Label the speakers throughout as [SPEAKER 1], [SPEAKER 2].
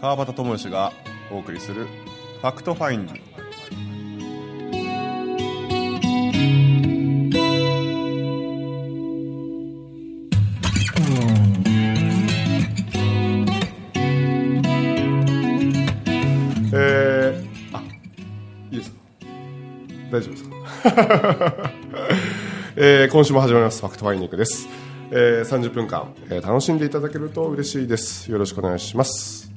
[SPEAKER 1] 川端智義がお送りする「ファクトファインディ」えー、あいいですか大丈夫ですか えー今週も始まりますファクトファインディングです、えー、30分間、えー楽しんでいただけると嬉しいですよろしくお願いします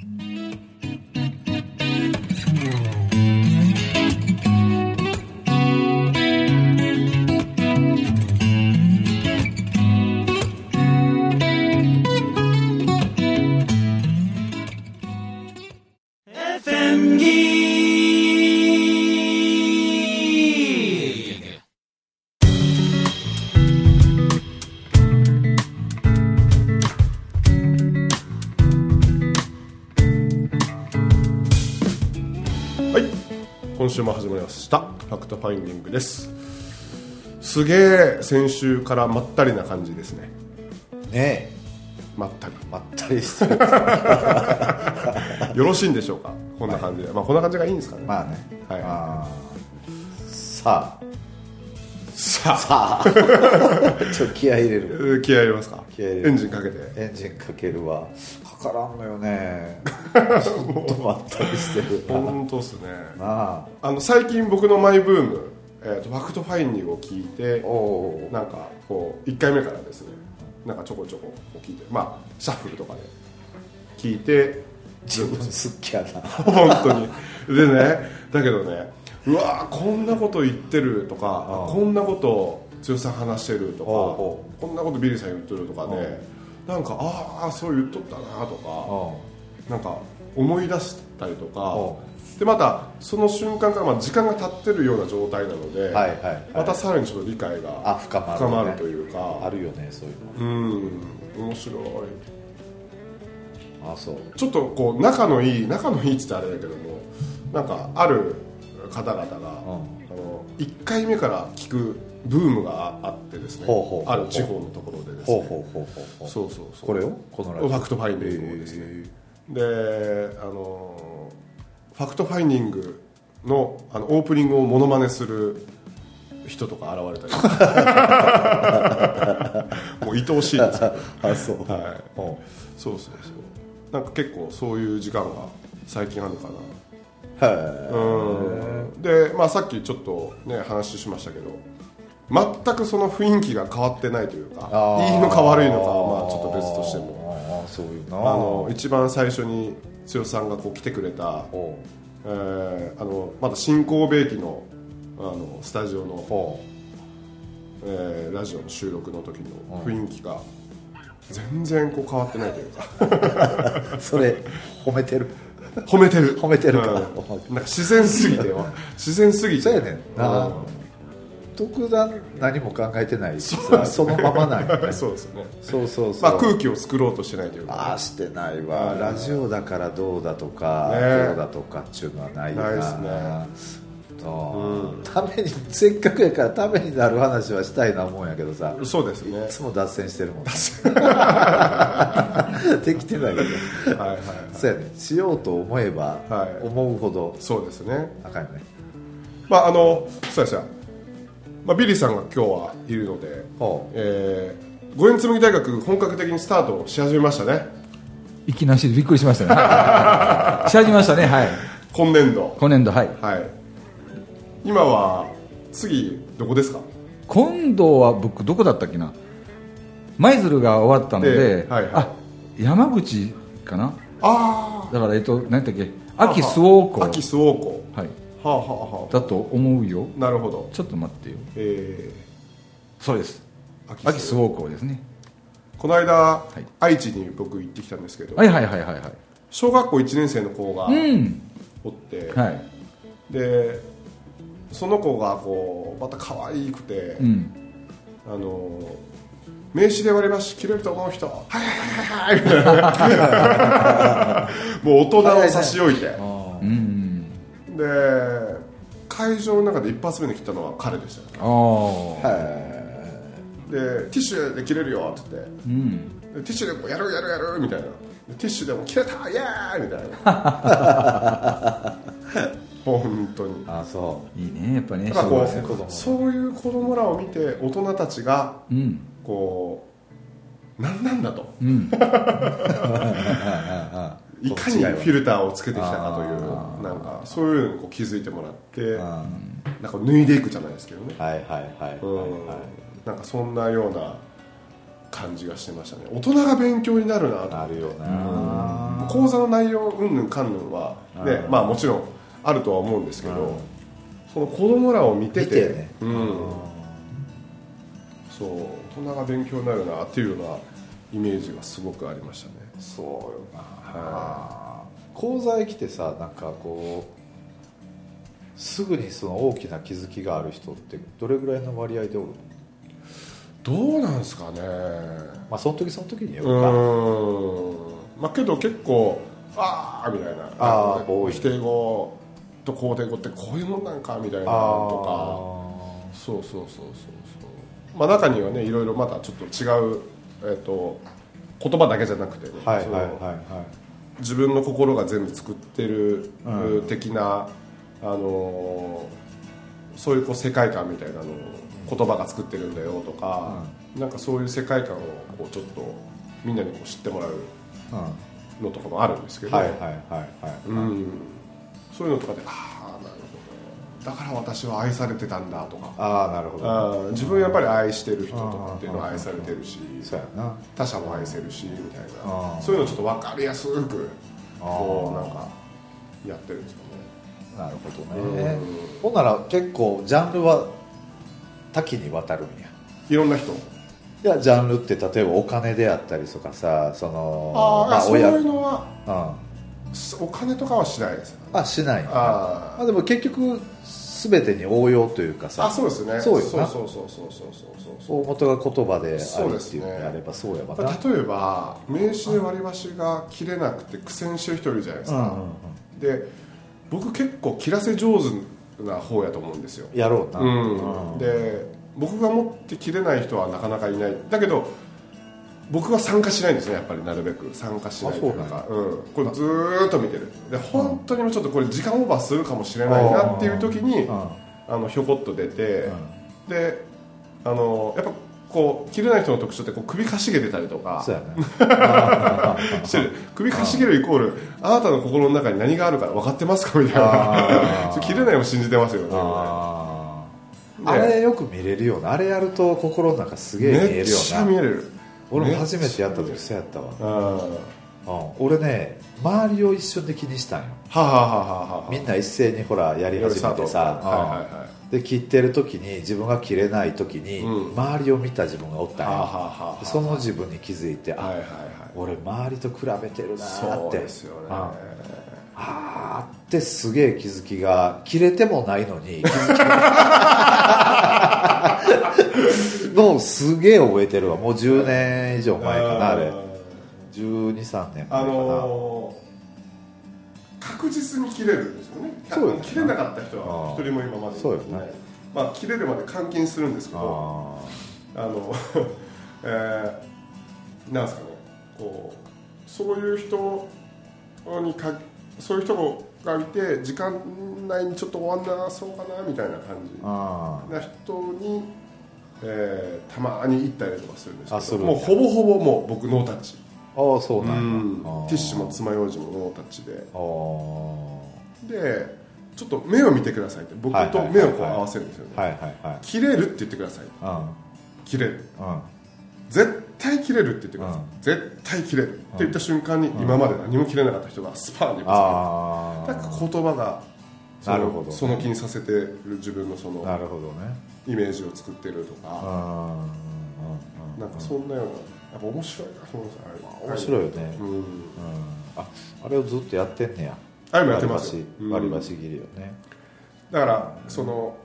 [SPEAKER 1] はい今週も始まりましたファクトファインディングですすげえ先週からまったりな感じですね
[SPEAKER 2] ねえ
[SPEAKER 1] まったり
[SPEAKER 2] まったりです
[SPEAKER 1] よろしいんでしょうかこんな感じで、まあこんな感じがいいんですかね、
[SPEAKER 2] まあね、
[SPEAKER 1] はい
[SPEAKER 2] あーさ
[SPEAKER 1] さ
[SPEAKER 2] あ
[SPEAKER 1] あ
[SPEAKER 2] さあちょっと気合い入れ
[SPEAKER 1] え
[SPEAKER 2] る
[SPEAKER 1] ー気合い入れますか
[SPEAKER 2] 気合い入れる
[SPEAKER 1] エンジンかけて
[SPEAKER 2] エンジンかけるわかからんのよねほんとまったりしてるな
[SPEAKER 1] 本当ですね
[SPEAKER 2] あ
[SPEAKER 1] あの最近僕のマイブーム、えー、とファクトファインディングを聞いて
[SPEAKER 2] おお
[SPEAKER 1] なんかこう1回目からですねなんかちょこちょここう聞いてまあシャッフルとかで聞いて
[SPEAKER 2] 自分好きやな
[SPEAKER 1] 本当にでねだけどねうわーこんなこと言ってるとか
[SPEAKER 2] あ
[SPEAKER 1] こんなこと剛さん話してるとか
[SPEAKER 2] おう
[SPEAKER 1] こんなことビリーさん言ってるとかねなんかああそう言っとったなとか
[SPEAKER 2] お
[SPEAKER 1] なんか思い出したりとか
[SPEAKER 2] お
[SPEAKER 1] でまたその瞬間からまあ時間が経ってるような状態なの
[SPEAKER 2] は
[SPEAKER 1] で、
[SPEAKER 2] いはいはい
[SPEAKER 1] またさらにちょっと理解が
[SPEAKER 2] あ深まる、ね、
[SPEAKER 1] 深まるというか
[SPEAKER 2] あるよねそういう
[SPEAKER 1] うん面白い
[SPEAKER 2] のあそう
[SPEAKER 1] ちょっとこう仲のいい仲のいいって言ったらあれだけどもなんかある方々が、あの1回目から聞くブームがあってですね
[SPEAKER 2] ほうほうほう
[SPEAKER 1] ある地方のところでですね
[SPEAKER 2] ほうほうほうほうほう
[SPEAKER 1] そうそうそう
[SPEAKER 2] これをこのラジ
[SPEAKER 1] フ
[SPEAKER 2] オ
[SPEAKER 1] ァクトファインディングをですね、であのファクトファインディングのあのオープニングをモノマネする人とか現れたりとかもう愛おしいですけど
[SPEAKER 2] あそう、
[SPEAKER 1] はい
[SPEAKER 2] お
[SPEAKER 1] そうそうそうなんか結構そういう時間が最近あるかな
[SPEAKER 2] へ
[SPEAKER 1] うんで、まあ、さっきちょっとね話しましたけど全くその雰囲気が変わってないというか
[SPEAKER 2] あー
[SPEAKER 1] いいのか悪いのかはまあちょっと別としても
[SPEAKER 2] もああそういうな
[SPEAKER 1] あの一番最初に剛さんがこう来てくれた、
[SPEAKER 2] おう
[SPEAKER 1] えーあのまだ新神戸駅のあのスタジオの、
[SPEAKER 2] お
[SPEAKER 1] えーラジオの収録の時の雰囲気が全然こう変わってないというか
[SPEAKER 2] うそれ褒めてる
[SPEAKER 1] 褒めて る
[SPEAKER 2] 褒めてるか
[SPEAKER 1] うんなんか自然す ぎてわ自然すぎて
[SPEAKER 2] そうやねんな
[SPEAKER 1] うん
[SPEAKER 2] 特段何も考えてないそそのままなんよね
[SPEAKER 1] そうですね
[SPEAKER 2] そうそうそう、
[SPEAKER 1] まあ、空気を作ろうとしてないという
[SPEAKER 2] あ
[SPEAKER 1] か
[SPEAKER 2] あしてないわ
[SPEAKER 1] うん
[SPEAKER 2] ラジオだからどうだとか、
[SPEAKER 1] ね
[SPEAKER 2] どうだとかっていうのはないよ
[SPEAKER 1] ない
[SPEAKER 2] な
[SPEAKER 1] っ
[SPEAKER 2] ああためにせっかくやからためになる話はしたいな思うんやけどさい
[SPEAKER 1] そうですね
[SPEAKER 2] つも脱線してるも ん、できてないけど
[SPEAKER 1] はいはい
[SPEAKER 2] そうやねしようと思えば、
[SPEAKER 1] はい
[SPEAKER 2] 思うほど
[SPEAKER 1] そうですね
[SPEAKER 2] あかんよね
[SPEAKER 1] まああのそうですよ、まあ、ビリーさんが今日はいるので、
[SPEAKER 2] ほう
[SPEAKER 1] えー、五円紬大学本格的にスタートし始めましたね
[SPEAKER 3] いきなしでびっくりしましたね。はいし始めましたね、はい。
[SPEAKER 1] 今年度
[SPEAKER 3] 今年度、はい。
[SPEAKER 1] はい今は次どこですか
[SPEAKER 3] 今度は僕、どこだったっけな。舞鶴が終わったので
[SPEAKER 1] で、はいはい
[SPEAKER 3] あ、山口かな。
[SPEAKER 1] あ
[SPEAKER 3] だから、えっと、何やったっけ、秋周防
[SPEAKER 1] あ
[SPEAKER 3] 湖。
[SPEAKER 1] 秋須王校
[SPEAKER 3] はい。
[SPEAKER 1] はあはあは
[SPEAKER 3] だと思うよ。
[SPEAKER 1] あなるほど
[SPEAKER 3] ちょっと待ってよ。
[SPEAKER 1] え
[SPEAKER 3] そうです。
[SPEAKER 1] ー、秋
[SPEAKER 3] 秋
[SPEAKER 1] 須
[SPEAKER 3] 周防湖ですね。
[SPEAKER 1] この間、
[SPEAKER 3] い
[SPEAKER 1] 愛知に僕行ってきたんですけど、
[SPEAKER 3] はいはいはいはいはい。
[SPEAKER 1] 小学校1年生の子が
[SPEAKER 3] うん。
[SPEAKER 1] おって、
[SPEAKER 3] はい。
[SPEAKER 1] でその子がこうまた可愛くて、
[SPEAKER 3] うん。
[SPEAKER 1] あの名刺で割り箸切れると思う人はいはいはいはいみたいな もう大人を差し置いて、
[SPEAKER 2] あ
[SPEAKER 3] うん。
[SPEAKER 1] で会場の中で一発目に切ったのは彼でしたよ
[SPEAKER 3] ああ。
[SPEAKER 2] へ
[SPEAKER 1] でティッシュで切れるよって言って
[SPEAKER 3] うん。
[SPEAKER 1] でティッシュでこうやるやるやるみたいなティッシュでも「切れたイエーイ!」みたいな 本当に
[SPEAKER 2] あそ
[SPEAKER 3] いいねやっぱね
[SPEAKER 1] やっぱこ
[SPEAKER 2] そうですね子供
[SPEAKER 1] うそういう子供らを見て大人たちが
[SPEAKER 3] うん
[SPEAKER 1] こう何なんだと
[SPEAKER 3] うん
[SPEAKER 2] う
[SPEAKER 1] いかにフィルターをつけてきたかというなんかそういうのにこう気づいてもらって
[SPEAKER 2] は
[SPEAKER 1] なんか脱いでいくじゃないですけどね
[SPEAKER 2] いはいはい
[SPEAKER 1] うん
[SPEAKER 2] は
[SPEAKER 1] なんかそんなような感じがしてましたね大人が勉強になるないと
[SPEAKER 2] なるよな
[SPEAKER 1] 講座の内容うんぬんかんぬんは、ね
[SPEAKER 2] うん
[SPEAKER 1] まあ、もちろんあるとは思うんですけ
[SPEAKER 2] うん
[SPEAKER 1] どその子供らを見て
[SPEAKER 2] 見
[SPEAKER 1] て
[SPEAKER 2] てね
[SPEAKER 1] うん、そう大人が勉強になるなっていうようなイメージがすごくありましたね
[SPEAKER 2] そうよな
[SPEAKER 1] は
[SPEAKER 2] 講座へ来てさなんかこうすぐにその大きな気づきがある人ってどれぐらいの割合でおるの
[SPEAKER 1] どうなんですかね
[SPEAKER 2] まあその時その時によ
[SPEAKER 1] う
[SPEAKER 2] るか
[SPEAKER 1] んまあけど結構ああみたいな
[SPEAKER 2] あー多い
[SPEAKER 1] 否定語と肯定語ってこういうもんなんかみたいな
[SPEAKER 2] あ
[SPEAKER 1] とかそうそうそうそうそうまあ中にはねいろいろまたちょっと違う、えっと言葉だけじゃなくてね、
[SPEAKER 2] ーはいはい
[SPEAKER 1] そ
[SPEAKER 2] はい
[SPEAKER 1] の
[SPEAKER 2] は
[SPEAKER 1] 自分の心が全部作ってる、
[SPEAKER 2] うん
[SPEAKER 1] 的な、あのーそういうこう世界観みたいなのを言葉が作ってるんだよとか、なんかそういう世界観をこうちょっとみんなにこう知ってもらう
[SPEAKER 2] い、うん
[SPEAKER 1] のとかもあるんですけど、
[SPEAKER 2] はいはいはいはい、
[SPEAKER 1] うん、そういうのとかでああなるほどだから私は愛されてたんだとか
[SPEAKER 2] ああなるほど
[SPEAKER 1] あー自分やっぱり愛してる人とかっていうのは愛されてるし
[SPEAKER 2] そうやな
[SPEAKER 1] 他者も愛せるしみたい
[SPEAKER 2] あ
[SPEAKER 1] な
[SPEAKER 2] ー
[SPEAKER 1] そういうのちょっと分かりやす
[SPEAKER 2] あ
[SPEAKER 1] く
[SPEAKER 2] ー
[SPEAKER 1] こうなんかやってるんですよね
[SPEAKER 2] なるほどねほんなら結構ジャンルは多岐にわたるんや
[SPEAKER 1] いろんな人
[SPEAKER 2] いやジャンルって例えばお金であったりとかさその
[SPEAKER 1] あー、
[SPEAKER 2] ま
[SPEAKER 1] あ、
[SPEAKER 2] あ
[SPEAKER 1] そう
[SPEAKER 2] 親
[SPEAKER 1] いうのは
[SPEAKER 2] うん
[SPEAKER 1] すお金とかはしないですよね
[SPEAKER 2] あしない
[SPEAKER 1] あ
[SPEAKER 2] まあ、でも結局全てに応用というか
[SPEAKER 1] ーあ
[SPEAKER 2] さ
[SPEAKER 1] そうですね
[SPEAKER 2] そうよ
[SPEAKER 1] そう
[SPEAKER 2] な
[SPEAKER 1] そうそうそうそうそうそう
[SPEAKER 2] 大元が言葉であ
[SPEAKER 1] そう
[SPEAKER 2] る
[SPEAKER 1] で
[SPEAKER 2] っ
[SPEAKER 1] す
[SPEAKER 2] てい
[SPEAKER 1] ね
[SPEAKER 2] うのであればそうやわな
[SPEAKER 1] だから例えば名刺で割り箸が切れなくて苦戦してる人いるじゃないです
[SPEAKER 2] うん
[SPEAKER 1] か、
[SPEAKER 2] うん
[SPEAKER 1] で僕結構切らせ上手な方やと思うんですよ
[SPEAKER 2] うんやろうな、
[SPEAKER 1] うん、
[SPEAKER 2] で
[SPEAKER 1] で僕が持ってきれない人はなかなかいないだけど僕は参加しないんですねやっぱりなるべく参加しないというかう、ん、これずーっと見てるで本当にちょっとこれ時間オーバーするかもしれないなっていう時に
[SPEAKER 2] うん
[SPEAKER 1] あのひょこっと出て
[SPEAKER 2] うん
[SPEAKER 1] であのやっぱこう切れない人の特徴ってこう首かしげてたりとか
[SPEAKER 2] そうやねあー
[SPEAKER 1] してる首かしげるイコールあなたの心の中に何があるから分かってますかみたい
[SPEAKER 2] あ
[SPEAKER 1] な
[SPEAKER 2] ー
[SPEAKER 1] 切れないを信じてますよね
[SPEAKER 2] あー
[SPEAKER 1] ね
[SPEAKER 2] あれよく見れるよなあれやると心の中すげえ見
[SPEAKER 1] め
[SPEAKER 2] え
[SPEAKER 1] っ
[SPEAKER 2] るよ
[SPEAKER 1] ちゃ見
[SPEAKER 2] な
[SPEAKER 1] える
[SPEAKER 2] 俺も初めてやった
[SPEAKER 1] め
[SPEAKER 2] 時
[SPEAKER 1] っち
[SPEAKER 2] そうやったわ、
[SPEAKER 1] ゃ見えるうん
[SPEAKER 2] うん俺ね周りを一瞬で気にしたんよ
[SPEAKER 1] はあはあはあはあはあ
[SPEAKER 2] みんな一斉にほらやり始めてさ、
[SPEAKER 1] はいはい
[SPEAKER 2] うん
[SPEAKER 1] はい
[SPEAKER 2] で切ってる時に自分が切れない時に、
[SPEAKER 1] うん
[SPEAKER 2] 周りを見た自分がおったん
[SPEAKER 1] はあは
[SPEAKER 2] よ
[SPEAKER 1] あはあ
[SPEAKER 2] でその自分に気づいて、
[SPEAKER 1] はいは
[SPEAKER 2] あ
[SPEAKER 1] いはい
[SPEAKER 2] 俺周りと比べてるなー
[SPEAKER 1] そ
[SPEAKER 2] っ
[SPEAKER 1] う
[SPEAKER 2] て
[SPEAKER 1] ですよね
[SPEAKER 2] ああーってすげえ気づきが切れてもないのに気 づきがもうすげえ覚えてるわもう10年以上前かなあれ123年前かな、
[SPEAKER 1] あのー確実に切れるんですよね
[SPEAKER 2] そうよね
[SPEAKER 1] 切れなかった人は一人も今までいない
[SPEAKER 2] そうよね
[SPEAKER 1] まあ切れるまで監禁するんですけど
[SPEAKER 2] あ
[SPEAKER 1] あの えーなんですかねこうそういう人にかそういう人がいて時間内にちょっと終わんなそうかなみたいな感じ
[SPEAKER 2] ーあー
[SPEAKER 1] な人に、えーたまに行ったりとかするんで
[SPEAKER 2] あ
[SPEAKER 1] す
[SPEAKER 2] す
[SPEAKER 1] け
[SPEAKER 2] る
[SPEAKER 1] どもうほぼほぼもう僕ノータッチ
[SPEAKER 2] ああそう
[SPEAKER 1] う
[SPEAKER 2] なんや
[SPEAKER 1] ん
[SPEAKER 2] あー
[SPEAKER 1] ティッシュも爪楊枝もノータッチで
[SPEAKER 2] ああ
[SPEAKER 1] でちょっと目を見てくださいって僕
[SPEAKER 2] はいはい
[SPEAKER 1] と
[SPEAKER 2] はいはい
[SPEAKER 1] 目をこう合わせるんですよね
[SPEAKER 2] はいはいはい
[SPEAKER 1] 切れるって言ってください
[SPEAKER 2] うん
[SPEAKER 1] 切れる
[SPEAKER 2] うん
[SPEAKER 1] 絶対切れるって言ってください、
[SPEAKER 2] うん
[SPEAKER 1] 絶対切れるって言った瞬間に今まで何も切れなかった人がスパーンにぶつか
[SPEAKER 2] あ
[SPEAKER 1] るなんか
[SPEAKER 2] あ
[SPEAKER 1] 言葉がその
[SPEAKER 2] なるほど
[SPEAKER 1] その気にさせてる自分のその
[SPEAKER 2] なるほどね
[SPEAKER 1] イメージを作ってると
[SPEAKER 2] う
[SPEAKER 1] か
[SPEAKER 2] んうん
[SPEAKER 1] なんかそんなようなやっぱ面白いなと思うんですよあれ
[SPEAKER 2] 面白いよね
[SPEAKER 1] う
[SPEAKER 2] うん
[SPEAKER 1] ん
[SPEAKER 2] ああれをずっとやってんねや
[SPEAKER 1] あれもやってますよ
[SPEAKER 2] 割り
[SPEAKER 1] う
[SPEAKER 2] 箸割り箸
[SPEAKER 1] ん
[SPEAKER 2] 切りよね
[SPEAKER 1] だからその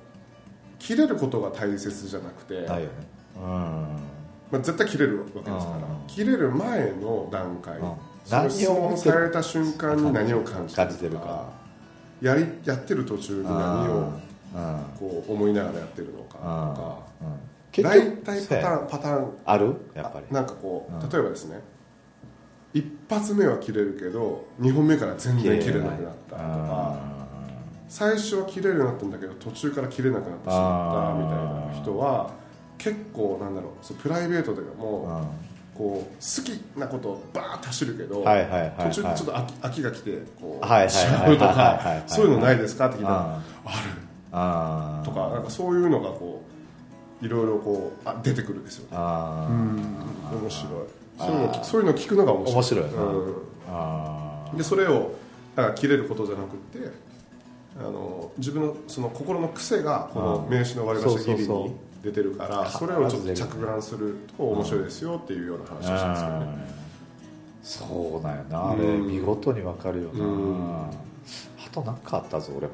[SPEAKER 1] 切れることが大切じゃなくて、
[SPEAKER 2] ないよねうん
[SPEAKER 1] まあ、絶対切れるわけですから
[SPEAKER 2] うん
[SPEAKER 1] 切れる前の段階
[SPEAKER 2] うん
[SPEAKER 1] その質問された瞬間に何を感じて
[SPEAKER 2] 感
[SPEAKER 1] る
[SPEAKER 2] じてる
[SPEAKER 1] か
[SPEAKER 2] か
[SPEAKER 1] やりやってる途中に何をこう思いながらやってるのかとか大体パタ
[SPEAKER 2] ン
[SPEAKER 1] ーンパターン
[SPEAKER 2] あるやっぱり
[SPEAKER 1] なんかこ
[SPEAKER 2] うん
[SPEAKER 1] う例えばですね、一発目は切れるけど2本目から全然切れなくなったとか最初は切れるようになったんだけど途中から切れなくなってしまったみたいな人は結構なんだろうそうプライベートでもこう好きなことをバーって走るけど、
[SPEAKER 2] はいはいはいはい
[SPEAKER 1] 途中でちょっと飽き飽きが来てこう、
[SPEAKER 2] はいはい
[SPEAKER 1] し
[SPEAKER 2] はい
[SPEAKER 1] ま
[SPEAKER 2] はいう
[SPEAKER 1] と
[SPEAKER 2] はいはいはい
[SPEAKER 1] かそういうのないですかって聞いたら
[SPEAKER 2] あ
[SPEAKER 1] あ
[SPEAKER 2] あ
[SPEAKER 1] るとかなんかそういうのがこういろいろこうあ出てくるんですよね
[SPEAKER 2] あ
[SPEAKER 1] 面白いそういうのそういうの聞くのが面白い
[SPEAKER 2] 面白いな
[SPEAKER 1] うん
[SPEAKER 2] ああ
[SPEAKER 1] でそれをだから切れることじゃなくってあの自分のその心の癖がこの名刺の割り箸
[SPEAKER 2] そうそうそう
[SPEAKER 1] 切りに出てるからそれをちょっと着眼すると面白いですよっていうような話をしたんですけどね
[SPEAKER 2] そうだよなあれ
[SPEAKER 1] うん
[SPEAKER 2] 見事にわかるよな
[SPEAKER 1] うん
[SPEAKER 2] あと何かあったぞ俺も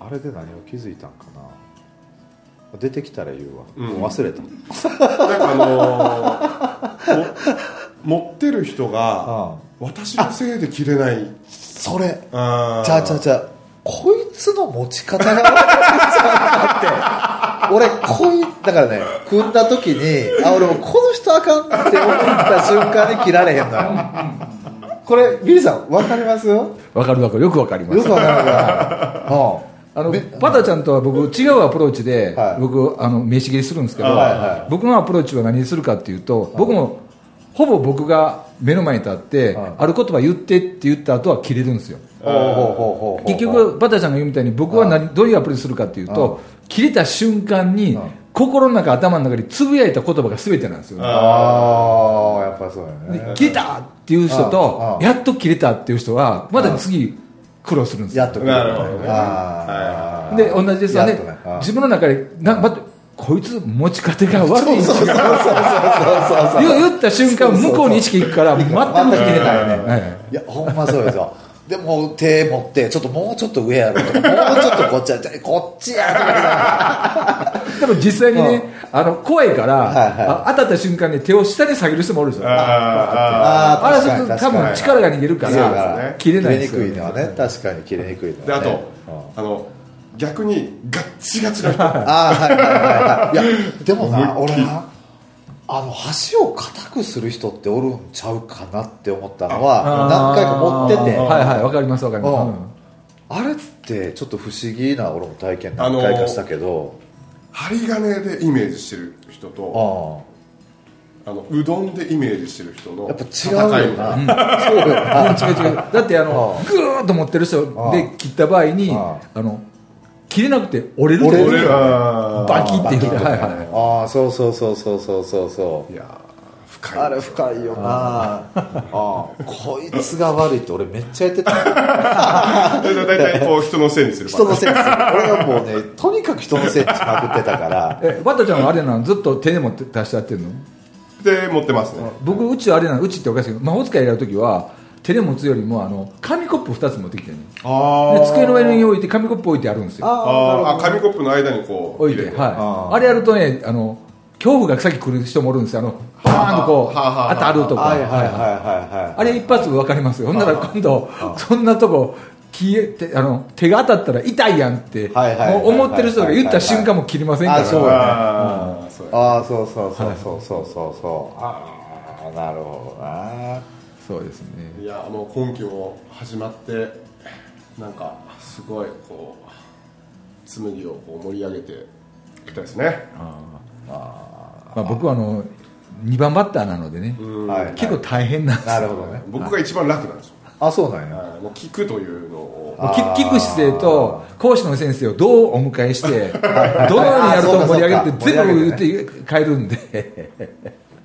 [SPEAKER 2] あれで何を気づいたんかな出てきたら言うわ、
[SPEAKER 1] うん
[SPEAKER 2] もう忘れた
[SPEAKER 1] なんかあのーも 持ってる人が
[SPEAKER 2] ああ
[SPEAKER 1] 私のせいで切れない
[SPEAKER 2] それ
[SPEAKER 1] あー
[SPEAKER 2] じゃあじゃあじゃあこいつの持ち方が悪いんじゃなくて俺こいだからね組んだ時にあ俺もこの人あかんって思った瞬間に切られへんのよこれビリーさんわかりますよ
[SPEAKER 3] わかるわかるよくわかります
[SPEAKER 2] くわかる から
[SPEAKER 3] あのパタちゃんとは僕違うアプローチで、
[SPEAKER 2] はい
[SPEAKER 3] 僕あの飯切りするんですけど、
[SPEAKER 2] はいはい
[SPEAKER 3] 僕のアプローチは何にするかっていうと、僕もほぼ僕が目の前に立って、
[SPEAKER 2] はい
[SPEAKER 3] ある言葉言ってって言った後は切れるんですよ
[SPEAKER 2] ほうほうほうほうほう
[SPEAKER 3] 結局パタちゃんが言うみたいに僕は何どういうアプローチするかっていうと、切れた瞬間に、
[SPEAKER 2] はい
[SPEAKER 3] 心の中頭の中につぶやいた言葉が全てなんですよ、ね
[SPEAKER 2] ああやっぱそうやね
[SPEAKER 3] で切れたっていう人
[SPEAKER 2] あ
[SPEAKER 3] と
[SPEAKER 2] あ
[SPEAKER 3] やっと切れたっていう人はまだ次苦労するんですよ
[SPEAKER 2] やっとくれ
[SPEAKER 1] なるほどね
[SPEAKER 2] あー
[SPEAKER 3] で同じですよね
[SPEAKER 2] やっとねあー
[SPEAKER 3] 自分の中でな待ってこいつ持ち方が悪いんだ
[SPEAKER 2] そうそうそうそうそうそう
[SPEAKER 3] 言言った瞬間向こうに意識いくから全く
[SPEAKER 2] 全く
[SPEAKER 3] 切
[SPEAKER 2] 切
[SPEAKER 3] れ
[SPEAKER 2] れ
[SPEAKER 3] な
[SPEAKER 2] ないい
[SPEAKER 3] よね、はい
[SPEAKER 2] いやほんまそうですよでもう手持ってちょっともうちょっと上やろとかもうちょっとこっちやこっちやとか
[SPEAKER 3] でも実際にねあの怖いから、
[SPEAKER 2] はいはい
[SPEAKER 3] あ当たった瞬間に手を下に下げる人もおるじゃん
[SPEAKER 1] あ
[SPEAKER 2] あ
[SPEAKER 3] あれすると多分力が逃げるか
[SPEAKER 1] そう
[SPEAKER 3] ら
[SPEAKER 1] だからね
[SPEAKER 3] 切れないですよ
[SPEAKER 2] 切れにくいのはね確かに切れにくいのは、
[SPEAKER 1] ー
[SPEAKER 2] ね、
[SPEAKER 1] であと、
[SPEAKER 2] うん
[SPEAKER 1] あの逆にガッチガチな人
[SPEAKER 2] ああはいはいはいはいいやでもな
[SPEAKER 1] 思いっ
[SPEAKER 2] 俺
[SPEAKER 1] きり
[SPEAKER 2] なあの橋を硬くする人っておるんちゃうかなって思ったのは何回か持ってて
[SPEAKER 3] あーはいはいわかりますわかります、
[SPEAKER 2] うん
[SPEAKER 3] うん
[SPEAKER 2] あれってちょっと不思議な俺も体験
[SPEAKER 1] あの
[SPEAKER 2] 何
[SPEAKER 1] ー
[SPEAKER 2] 回かしたけど、
[SPEAKER 1] 針金でイメージしてる人と
[SPEAKER 2] あ
[SPEAKER 1] あのうどんでイメージしてる人の
[SPEAKER 2] あやっぱ違うよな、そうよな
[SPEAKER 3] 違う違うだってあの
[SPEAKER 2] あ
[SPEAKER 3] グーッと持ってる人で
[SPEAKER 2] あ
[SPEAKER 3] 切った場合に
[SPEAKER 2] あ
[SPEAKER 3] あの切れなくて折れる
[SPEAKER 2] 折れる
[SPEAKER 1] 俺は
[SPEAKER 3] バキって切
[SPEAKER 2] バキッ
[SPEAKER 3] る
[SPEAKER 2] と
[SPEAKER 3] はいはい
[SPEAKER 2] ああそうそうそうそうそうそうそ
[SPEAKER 1] いやー深
[SPEAKER 2] う
[SPEAKER 1] い
[SPEAKER 2] あれ深いよなああこいつが悪いって俺めっちゃやってた
[SPEAKER 1] だいたいだいたいこう人のせいにする
[SPEAKER 2] 人のせいにする俺はもうねとにかく人のせいにしまくってたから
[SPEAKER 3] えバタちゃんはあれなのずっと手で持って出しちゃってるの
[SPEAKER 1] で持ってますね
[SPEAKER 3] 僕うちはあれなのうちっておかしいけど魔法使いやるときは手で持つよりもあの紙コップ2つ持ってきてる
[SPEAKER 1] あ
[SPEAKER 3] ので机の上に置いて紙コップ置いてあるんですよ
[SPEAKER 1] あーあ紙コップの間にこう
[SPEAKER 3] 置いて
[SPEAKER 1] 入れ
[SPEAKER 3] はい
[SPEAKER 2] あ
[SPEAKER 3] あ
[SPEAKER 2] ー
[SPEAKER 3] れやるとねあの恐怖が先来る人もおるんですよあのバーンとこう
[SPEAKER 1] はあはあはあはあ
[SPEAKER 3] 当たるとか
[SPEAKER 2] はいはいはいはいはい
[SPEAKER 3] あれ一発分かりますよほんなら今度そんなとこ消えてあの手が当たったら痛いやんって
[SPEAKER 2] はいはいはいはい
[SPEAKER 3] もう思ってる人が言った瞬間も切りませんから
[SPEAKER 2] あそうや
[SPEAKER 1] あーそうや
[SPEAKER 2] ああそうそうそうそうそうそうそうああなるほどな
[SPEAKER 3] そうですね
[SPEAKER 1] いやもう今期も始まってなんかすごいこう紬をこう盛り上げていきたいですね
[SPEAKER 3] まあ、僕はあの2番バッターなのでね、
[SPEAKER 2] はいはい
[SPEAKER 3] 結構大変なんです
[SPEAKER 2] な
[SPEAKER 3] よ
[SPEAKER 2] るほどね
[SPEAKER 1] 僕が一番楽なんですよ
[SPEAKER 2] あそうなんや
[SPEAKER 1] はいもう聞くというのを
[SPEAKER 3] もうき
[SPEAKER 2] あー
[SPEAKER 3] 聞く姿勢と講師の先生をどうお迎えしてどのようにやると盛り上げるって
[SPEAKER 2] あーそうかそうか
[SPEAKER 3] 全部言って変える んで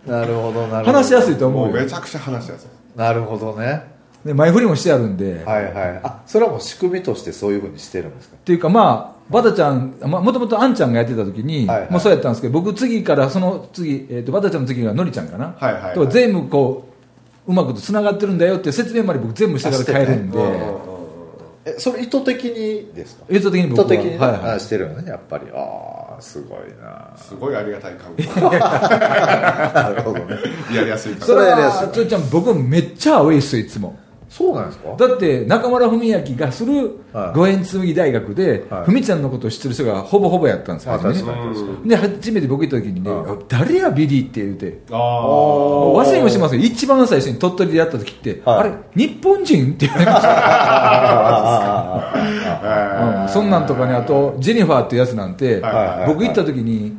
[SPEAKER 2] なるほどなるほど
[SPEAKER 3] 話しやすいと
[SPEAKER 1] もう
[SPEAKER 3] 思うよ
[SPEAKER 1] めちゃくちゃ話しやすい
[SPEAKER 2] なるほどね
[SPEAKER 3] で前振りもしてあるんで、っ
[SPEAKER 2] はいはいあそれはもう仕組みとしてそういうふうにしてるんですか
[SPEAKER 3] ていうかまあバタちゃんまあもともとあんちゃんがやってた時に、
[SPEAKER 2] はいはい
[SPEAKER 3] まあ、そうやったんですけど僕次からその次、えー、とバタちゃんの次がのりちゃんかな、
[SPEAKER 1] はいはいはい
[SPEAKER 3] と全部こううまくつながってるんだよっていう説明まで僕全部してから変えるんで、
[SPEAKER 2] あしてねえそれ意図的にですか
[SPEAKER 3] 意図的に
[SPEAKER 2] 意
[SPEAKER 3] 僕は
[SPEAKER 2] 図的にね、
[SPEAKER 3] はいはい
[SPEAKER 2] あしてるよねやっぱりああすごいな
[SPEAKER 1] すごいありがたい環境
[SPEAKER 2] なるほどね
[SPEAKER 1] やりやすい環
[SPEAKER 3] そ
[SPEAKER 1] 境
[SPEAKER 3] れ
[SPEAKER 2] それやりや
[SPEAKER 3] は
[SPEAKER 2] すい
[SPEAKER 3] ちょいちゃん僕めっちゃアウェイっすよいつも
[SPEAKER 2] そうなんですか
[SPEAKER 3] だって中村文明がする
[SPEAKER 2] はい
[SPEAKER 3] 五円紬大学で
[SPEAKER 2] はい
[SPEAKER 3] 文ちゃんのことを知ってる人がほぼほぼやったんですよ、
[SPEAKER 2] まあ
[SPEAKER 3] 初めね
[SPEAKER 2] 確かに確かに
[SPEAKER 3] で初めて僕行った時にね
[SPEAKER 2] はい
[SPEAKER 3] あ誰やビリーって言うて
[SPEAKER 1] ああ
[SPEAKER 2] おー
[SPEAKER 3] 忘れもしますよ一番最初に鳥取でやった時って、
[SPEAKER 2] はい
[SPEAKER 3] あれ日本人って言われました
[SPEAKER 2] あ
[SPEAKER 3] うんそんなんとかねあとジェニファーっていうやつなん
[SPEAKER 1] は
[SPEAKER 3] て、
[SPEAKER 1] いはいはい
[SPEAKER 3] 僕行った時に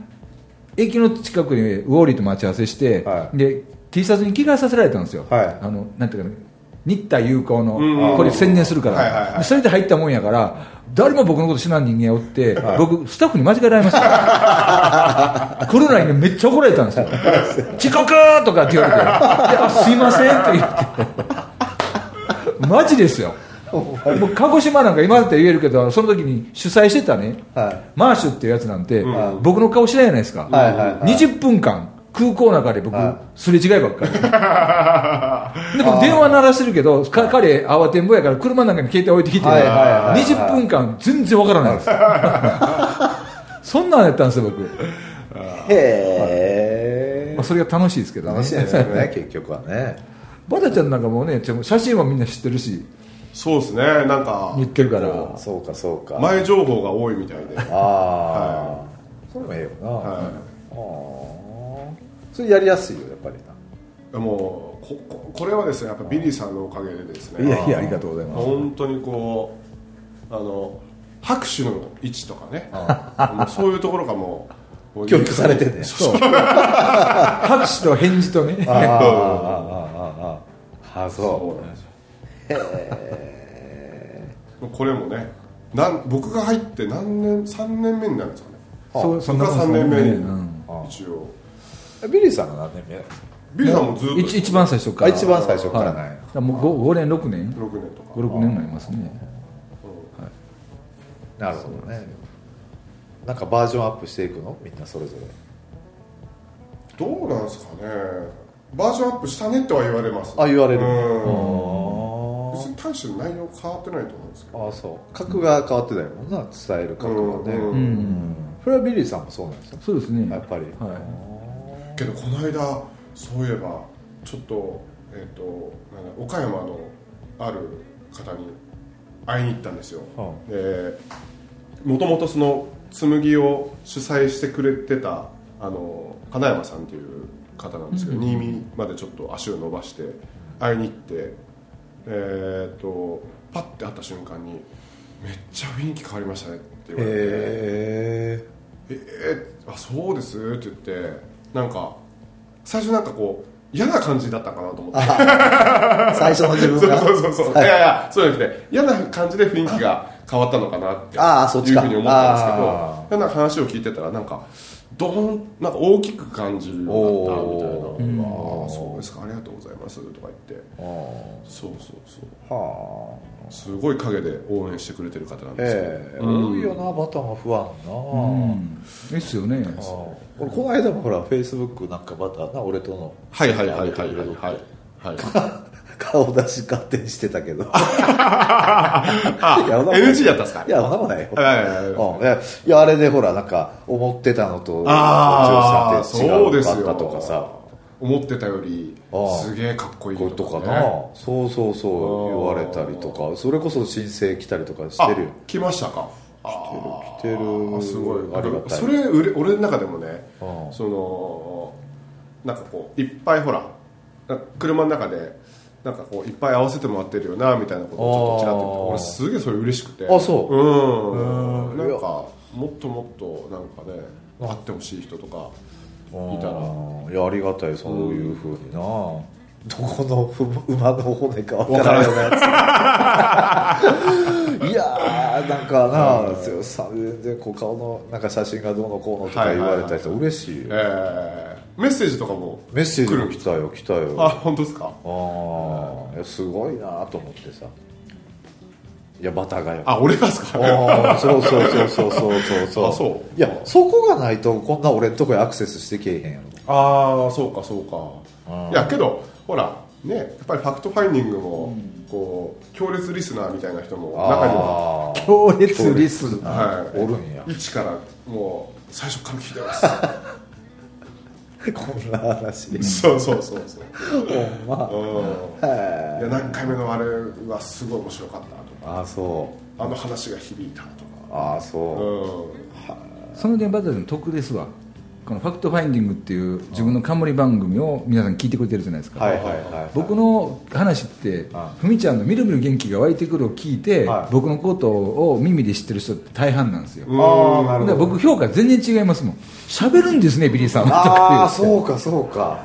[SPEAKER 3] 駅の近くにウォーリーと待ち合わせして、
[SPEAKER 2] はい
[SPEAKER 3] で T シャツに着替えさせられたんですよ、
[SPEAKER 2] はい
[SPEAKER 3] あのなんていうかね日田友好
[SPEAKER 1] うん
[SPEAKER 3] のこれ宣伝するから、
[SPEAKER 1] はいはいはい
[SPEAKER 3] それで入ったもんやから誰も僕のこと知らん人間おって、
[SPEAKER 2] はい
[SPEAKER 3] 僕スタッフに間違えられました来るなにめっちゃ怒られたんですよ「遅刻!」とかって言われてであ「すいません」って言ってマジですよもう鹿児島なんか今だって言えるけどその時に主催してたね、
[SPEAKER 2] はい
[SPEAKER 3] マーシュっていうやつなんて、
[SPEAKER 2] うん
[SPEAKER 3] 僕の顔知らないじゃないですか、
[SPEAKER 2] はいはいはい
[SPEAKER 3] 20分間空港の中で僕、
[SPEAKER 2] は
[SPEAKER 3] すれ違いばっかり で僕電話鳴らしてるけどか彼慌てんぼやから車の中に携帯置いてきて、
[SPEAKER 2] はいはいはいはい
[SPEAKER 3] 20分間全然わからないで すそんなんやったんですよ僕、
[SPEAKER 2] あへ
[SPEAKER 3] まあ、それが楽しいですけ
[SPEAKER 2] え
[SPEAKER 3] どね
[SPEAKER 2] 楽しいですよね結局はね
[SPEAKER 3] バタちゃんなんかもねちょ写真はみんな知ってるし
[SPEAKER 1] そうですねなんか
[SPEAKER 3] 言ってるから
[SPEAKER 2] そうかそうか
[SPEAKER 1] 前情報が多いみたいで、はい、
[SPEAKER 2] ああそれもええよなああそれやりやすいよやっぱり
[SPEAKER 1] もうこここれはですねやっぱビリーさんのおかげでですね
[SPEAKER 3] いやいやありがとうございます
[SPEAKER 1] 本当にこうあの拍手の位置とかねもうそういうところがもうもう
[SPEAKER 2] な教育されてんね
[SPEAKER 3] そう拍手と返事とね
[SPEAKER 2] あああああああああ
[SPEAKER 1] そ
[SPEAKER 2] そう
[SPEAKER 1] なんですよ
[SPEAKER 2] うへ
[SPEAKER 1] もうこれもねなん僕が入って何年3年目になるんですかね
[SPEAKER 3] そうそんな
[SPEAKER 1] 僕
[SPEAKER 3] もん
[SPEAKER 1] が3
[SPEAKER 3] です
[SPEAKER 1] 年
[SPEAKER 3] もんね
[SPEAKER 1] 目に、
[SPEAKER 3] うん
[SPEAKER 2] あ
[SPEAKER 1] 一応
[SPEAKER 2] えビリーさんが何年目なんですか
[SPEAKER 1] ビリーさんもずっと
[SPEAKER 3] 一一番最初か
[SPEAKER 2] あ
[SPEAKER 3] ら
[SPEAKER 2] 一番最初から
[SPEAKER 3] は
[SPEAKER 2] ないい
[SPEAKER 3] だからもう五五年六年
[SPEAKER 1] 6年とか
[SPEAKER 3] 五六年になりますね
[SPEAKER 2] なるほどねなんかバージョンアップしていくのみんなそれぞれ
[SPEAKER 1] どうなんですかねバージョンアップしたねとは言われます
[SPEAKER 2] あ言われる
[SPEAKER 1] うん
[SPEAKER 2] あ
[SPEAKER 1] 別に大して内容変わってないと思うんですけど
[SPEAKER 2] ああそう格が変わってないもんな伝える格がね
[SPEAKER 1] うん
[SPEAKER 3] う
[SPEAKER 2] うん
[SPEAKER 3] ん
[SPEAKER 2] それはビリーさんもそうなんですよ
[SPEAKER 3] そうですね
[SPEAKER 2] やっぱり
[SPEAKER 3] は
[SPEAKER 1] けどこの間そういえばちょっと,、えっとなんだ岡山のある方に会いに行ったんですよ
[SPEAKER 2] は
[SPEAKER 1] でもともとその紬を主催してくれてたあの金山さんという方なんですけど、新見までちょっと足を伸ばして会いに行ってえっとパッて会った瞬間に「めっちゃ雰囲気変わりましたね」って言われて。
[SPEAKER 2] へえ
[SPEAKER 1] えーあそうですって言ってなんか最初なんかこう嫌な感じだったかなと思って
[SPEAKER 2] 最初の自分
[SPEAKER 1] そう
[SPEAKER 2] が
[SPEAKER 1] そうそうそう、
[SPEAKER 2] はい
[SPEAKER 1] い、やいやそうじゃなくて嫌な感じで雰囲気が変わったのかなって
[SPEAKER 2] あーそっちか
[SPEAKER 1] いうふうに思ったん
[SPEAKER 2] あ
[SPEAKER 1] ですけどなんか話を聞いてたらなんかドーンなんか大きく感じるようになったみたいな
[SPEAKER 2] お
[SPEAKER 1] のが
[SPEAKER 2] ー
[SPEAKER 1] ああそうですかありがとうございますとか言って
[SPEAKER 2] あー
[SPEAKER 1] そうそうそう
[SPEAKER 2] はあ
[SPEAKER 1] すごい陰で応援してくれてる方なんですけど、
[SPEAKER 2] ええ多いよなバターが不安な、
[SPEAKER 3] いうんですよね
[SPEAKER 2] あー俺この間もほらフェイスブックなんかバターな俺との
[SPEAKER 1] はいはいはいはいはいはい はい
[SPEAKER 2] 顔出し勝手にしてたけどいやそんなこ
[SPEAKER 1] あ
[SPEAKER 2] とない
[SPEAKER 1] NG だったんですか
[SPEAKER 2] いやそんなことないよ
[SPEAKER 1] はいはいはいはい
[SPEAKER 2] うんいやいやあれでほらなんか思ってたのと
[SPEAKER 1] ああ
[SPEAKER 2] 宇宙さん
[SPEAKER 1] そう
[SPEAKER 2] って違
[SPEAKER 1] で
[SPEAKER 2] う
[SPEAKER 1] す
[SPEAKER 2] かっ
[SPEAKER 1] よ
[SPEAKER 2] たとかさ
[SPEAKER 1] 思ってたより
[SPEAKER 2] ああ
[SPEAKER 1] すげえかっこいい
[SPEAKER 2] こう
[SPEAKER 1] の
[SPEAKER 2] いうとかな、
[SPEAKER 1] ね
[SPEAKER 2] そうそうそう言われたりとかそれこそ申請来たりとかしてるよ
[SPEAKER 1] あ来ましたか来
[SPEAKER 2] 来てる来てる
[SPEAKER 1] すごい
[SPEAKER 2] ありがたい
[SPEAKER 1] それうれ俺の中でもね
[SPEAKER 2] ああ
[SPEAKER 1] そのなんかこういっぱいほらなんか車の中でなんかこういっぱい合わせてもらってるよなみたいなことをちょっとちらっと見
[SPEAKER 2] あ
[SPEAKER 1] て
[SPEAKER 2] あ
[SPEAKER 1] 俺すげえそれ嬉しくて
[SPEAKER 2] あそう
[SPEAKER 1] うん
[SPEAKER 2] へ
[SPEAKER 1] な
[SPEAKER 2] え
[SPEAKER 1] んかもっともっとなんかね会ってほしい人とかいたら
[SPEAKER 2] うんいやありがたいそういうふうにな、どこのふ馬の骨かわからないようなやついやーなんかな、剛さん全然こう顔のなんか写真がどうのこうのとか言われたりして
[SPEAKER 1] はいはいはい
[SPEAKER 2] 嬉しいよ、
[SPEAKER 1] えーメッセージとかも
[SPEAKER 2] メッセージ
[SPEAKER 1] 来
[SPEAKER 2] も
[SPEAKER 1] る
[SPEAKER 2] 来たよ来たよ
[SPEAKER 1] あ本当ですか
[SPEAKER 2] ああいやすごいなと思ってさいやバターがよ
[SPEAKER 1] あ俺がですか
[SPEAKER 2] あーそうそうそうそうそうそうそう
[SPEAKER 1] あそう
[SPEAKER 2] いやそこがないとこんな俺んとこにアクセスしてけえへんやろ
[SPEAKER 1] ああそうかそう
[SPEAKER 2] あ
[SPEAKER 1] か
[SPEAKER 2] ー
[SPEAKER 1] いやけどほらねやっぱりファクトファインディングもこう強烈リスナーみたいな人も中には
[SPEAKER 2] あー
[SPEAKER 3] 強烈リスナー
[SPEAKER 1] はい
[SPEAKER 2] おるんや
[SPEAKER 1] 一からもう最初から聞いてます
[SPEAKER 2] こんな話
[SPEAKER 1] そうそうそうそう
[SPEAKER 2] ほんま
[SPEAKER 1] うんいや何回目のあれはすごい面白かったとか
[SPEAKER 2] ああそ
[SPEAKER 1] あの話が響いたと
[SPEAKER 2] うああそう
[SPEAKER 1] か、うん、
[SPEAKER 3] その現場での得ですわこの「ファクトファインディング」っていう自分の冠番組を皆さん聞いてくれてるじゃないですか、
[SPEAKER 2] はいはいはい
[SPEAKER 3] 僕の話って
[SPEAKER 2] あ
[SPEAKER 3] ふみちゃんのみるみる元気が湧いてくるを聞いて、
[SPEAKER 2] はい
[SPEAKER 3] 僕のことを耳で知ってる人って大半なんですよ、
[SPEAKER 1] うん
[SPEAKER 2] ああなる
[SPEAKER 3] だから
[SPEAKER 2] ほど
[SPEAKER 3] 僕評価全然違いますもん喋るんですねビリーさんはとか言
[SPEAKER 2] ああ
[SPEAKER 3] って
[SPEAKER 2] そうかそうか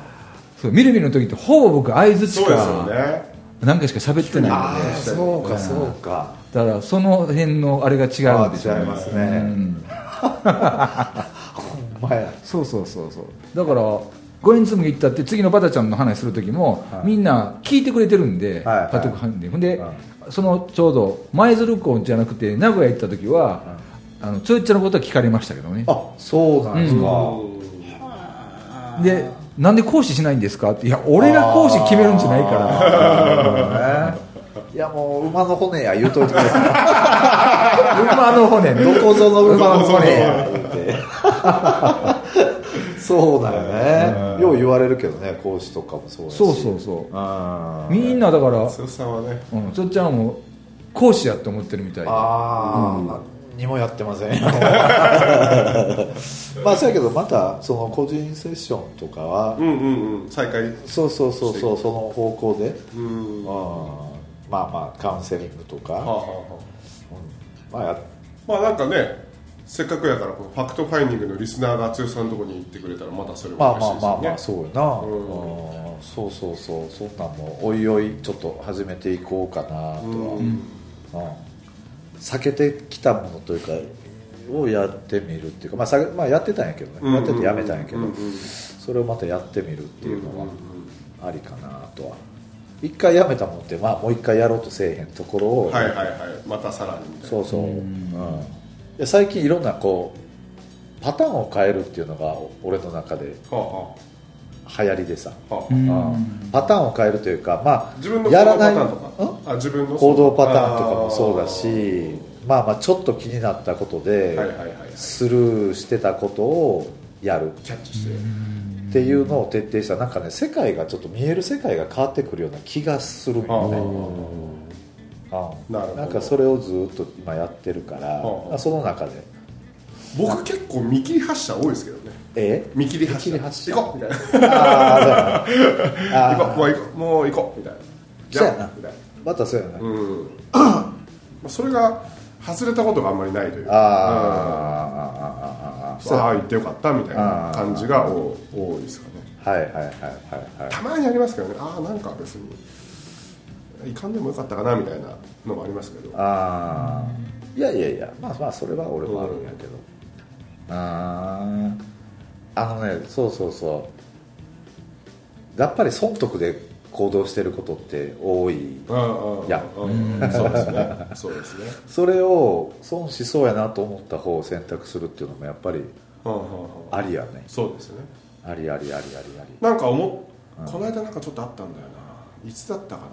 [SPEAKER 3] そうみるみるの時ってほぼ僕相づち
[SPEAKER 1] そうですよ
[SPEAKER 3] か
[SPEAKER 1] ね
[SPEAKER 3] 何かしか喋ってない
[SPEAKER 2] あ
[SPEAKER 3] の
[SPEAKER 2] あ
[SPEAKER 3] で
[SPEAKER 2] そうかそうか
[SPEAKER 3] だからその辺のあれが違
[SPEAKER 2] あ
[SPEAKER 3] うん
[SPEAKER 2] あ
[SPEAKER 3] ですよ
[SPEAKER 2] 違いますね
[SPEAKER 3] ん
[SPEAKER 2] ほんまや
[SPEAKER 3] そうそうそうそうだから五円紬行ったって次のバタちゃんの話する時も、
[SPEAKER 2] はい
[SPEAKER 3] みんな聞いてくれてるんで、
[SPEAKER 2] はいはい
[SPEAKER 3] パトクハンディほんで、
[SPEAKER 2] は
[SPEAKER 3] そのちょうど舞鶴港じゃなくて名古屋行った時は、あのつよっちゃんのことは聞かれましたけどね
[SPEAKER 2] あそうなんですか
[SPEAKER 3] でなんで講師しないんですかっていや俺が講師決めるんじゃないから
[SPEAKER 2] らいやもう馬の骨や言うといてくださ
[SPEAKER 3] 馬の骨
[SPEAKER 2] い
[SPEAKER 3] ね
[SPEAKER 2] どこぞの馬の骨や言うてそうだよねよう言われるけどね講師とかも そうやし
[SPEAKER 3] そうそうそう
[SPEAKER 2] あー
[SPEAKER 3] みんなだから
[SPEAKER 1] 剛さんはね
[SPEAKER 3] うんつよっちゃんはもう講師やと思ってるみたいで
[SPEAKER 2] ああ、何もやってませ んまあそうやけどまたその個人セッションとかは、
[SPEAKER 1] うんうんうん再開う
[SPEAKER 2] そうそうそうそうその方向で、
[SPEAKER 1] んは
[SPEAKER 2] うんまあまあカウンセリングとか、
[SPEAKER 1] あ、はあは
[SPEAKER 2] うんまあや
[SPEAKER 1] あ、まあなんかねせっかくやからこのファクトファインディングのリスナーが剛さんのとこに行ってくれたらまたそれ
[SPEAKER 2] まあ
[SPEAKER 1] も
[SPEAKER 2] まあまあ
[SPEAKER 1] 嬉しい
[SPEAKER 2] ま
[SPEAKER 1] で
[SPEAKER 2] あ
[SPEAKER 1] す
[SPEAKER 2] そうやな、
[SPEAKER 1] うん
[SPEAKER 2] うんそうそうそうそんなんもおいおいちょっと始めていこうかなとは、
[SPEAKER 1] よね
[SPEAKER 2] うん
[SPEAKER 1] うん
[SPEAKER 2] 避けてきたものというかをやってみるっていうか、まあ、さまあやってたんやけどね、
[SPEAKER 1] うん
[SPEAKER 2] やっててやめたんやけど、
[SPEAKER 1] うんうん
[SPEAKER 2] それをまたやってみるっていうのは
[SPEAKER 1] うんうん
[SPEAKER 2] ありかなとは一回やめたもんって、まあ、もう一回やろうとせえへんところを、
[SPEAKER 1] はいはいはいまたさらにみたいな
[SPEAKER 2] そうそう、うんいや最近いろんなこうパターンを変えるっていうのが俺の中で
[SPEAKER 1] は
[SPEAKER 2] 流行りでさ、
[SPEAKER 1] あはあは
[SPEAKER 3] う
[SPEAKER 1] あ
[SPEAKER 3] ん
[SPEAKER 2] うんパターンを変えるというか、まあ、
[SPEAKER 1] 自分の行
[SPEAKER 2] や
[SPEAKER 1] 動
[SPEAKER 2] ら
[SPEAKER 1] パタ
[SPEAKER 2] ない
[SPEAKER 1] ーンと
[SPEAKER 2] ん
[SPEAKER 1] かあ自分の
[SPEAKER 2] 行動パターンとかもそうだしまあまあちょっと気になったこと
[SPEAKER 1] あー
[SPEAKER 2] で、
[SPEAKER 1] はいはいはい
[SPEAKER 2] スルーしてたことをやる
[SPEAKER 1] キャッチして
[SPEAKER 2] っていうのを徹底したなんかね世界がちょっと見える世界が変わってくるような気がする
[SPEAKER 1] あ
[SPEAKER 2] よね
[SPEAKER 1] ー
[SPEAKER 2] うん
[SPEAKER 1] なるほど
[SPEAKER 2] なんかそれをずっと今やってるから
[SPEAKER 1] はあ
[SPEAKER 2] その中で
[SPEAKER 1] 僕結構見切り発車多いですけどね
[SPEAKER 2] え
[SPEAKER 1] 見切り発車
[SPEAKER 2] 見切り発車
[SPEAKER 1] 行こうみたいな
[SPEAKER 2] あーそうやな
[SPEAKER 1] 行こうも
[SPEAKER 2] あ
[SPEAKER 1] う行こうもう行こうみたいな
[SPEAKER 2] そうやな
[SPEAKER 1] じゃあみたい
[SPEAKER 2] ー
[SPEAKER 1] な
[SPEAKER 2] またそうやな、
[SPEAKER 1] うんまあそれが外れたことがあんまりないという
[SPEAKER 2] あー
[SPEAKER 1] か
[SPEAKER 2] あーあーあーあーあー
[SPEAKER 1] さあ行ってよかったみたいな
[SPEAKER 2] あー
[SPEAKER 1] 感じが多多いですかね
[SPEAKER 2] はいはいはいはいはい
[SPEAKER 1] たまにありますけどねああなんか別に行かんでもよかったかなみたいなのもありますけど
[SPEAKER 2] ああいやいやいやまあまあそれは俺もあるんやけど、あああのねそうそうそうやっぱり損得で行動してることって多い
[SPEAKER 1] うんうん
[SPEAKER 2] いや
[SPEAKER 1] うんそうですねそうですね
[SPEAKER 2] それを損しそうやなと思った方を選択するっていうのもやっぱり
[SPEAKER 1] うんうんうん
[SPEAKER 2] ありやね
[SPEAKER 1] そうですね
[SPEAKER 2] ありありありありあり
[SPEAKER 1] なんか思っこの間なんかちょっとあったんだよないつだったかな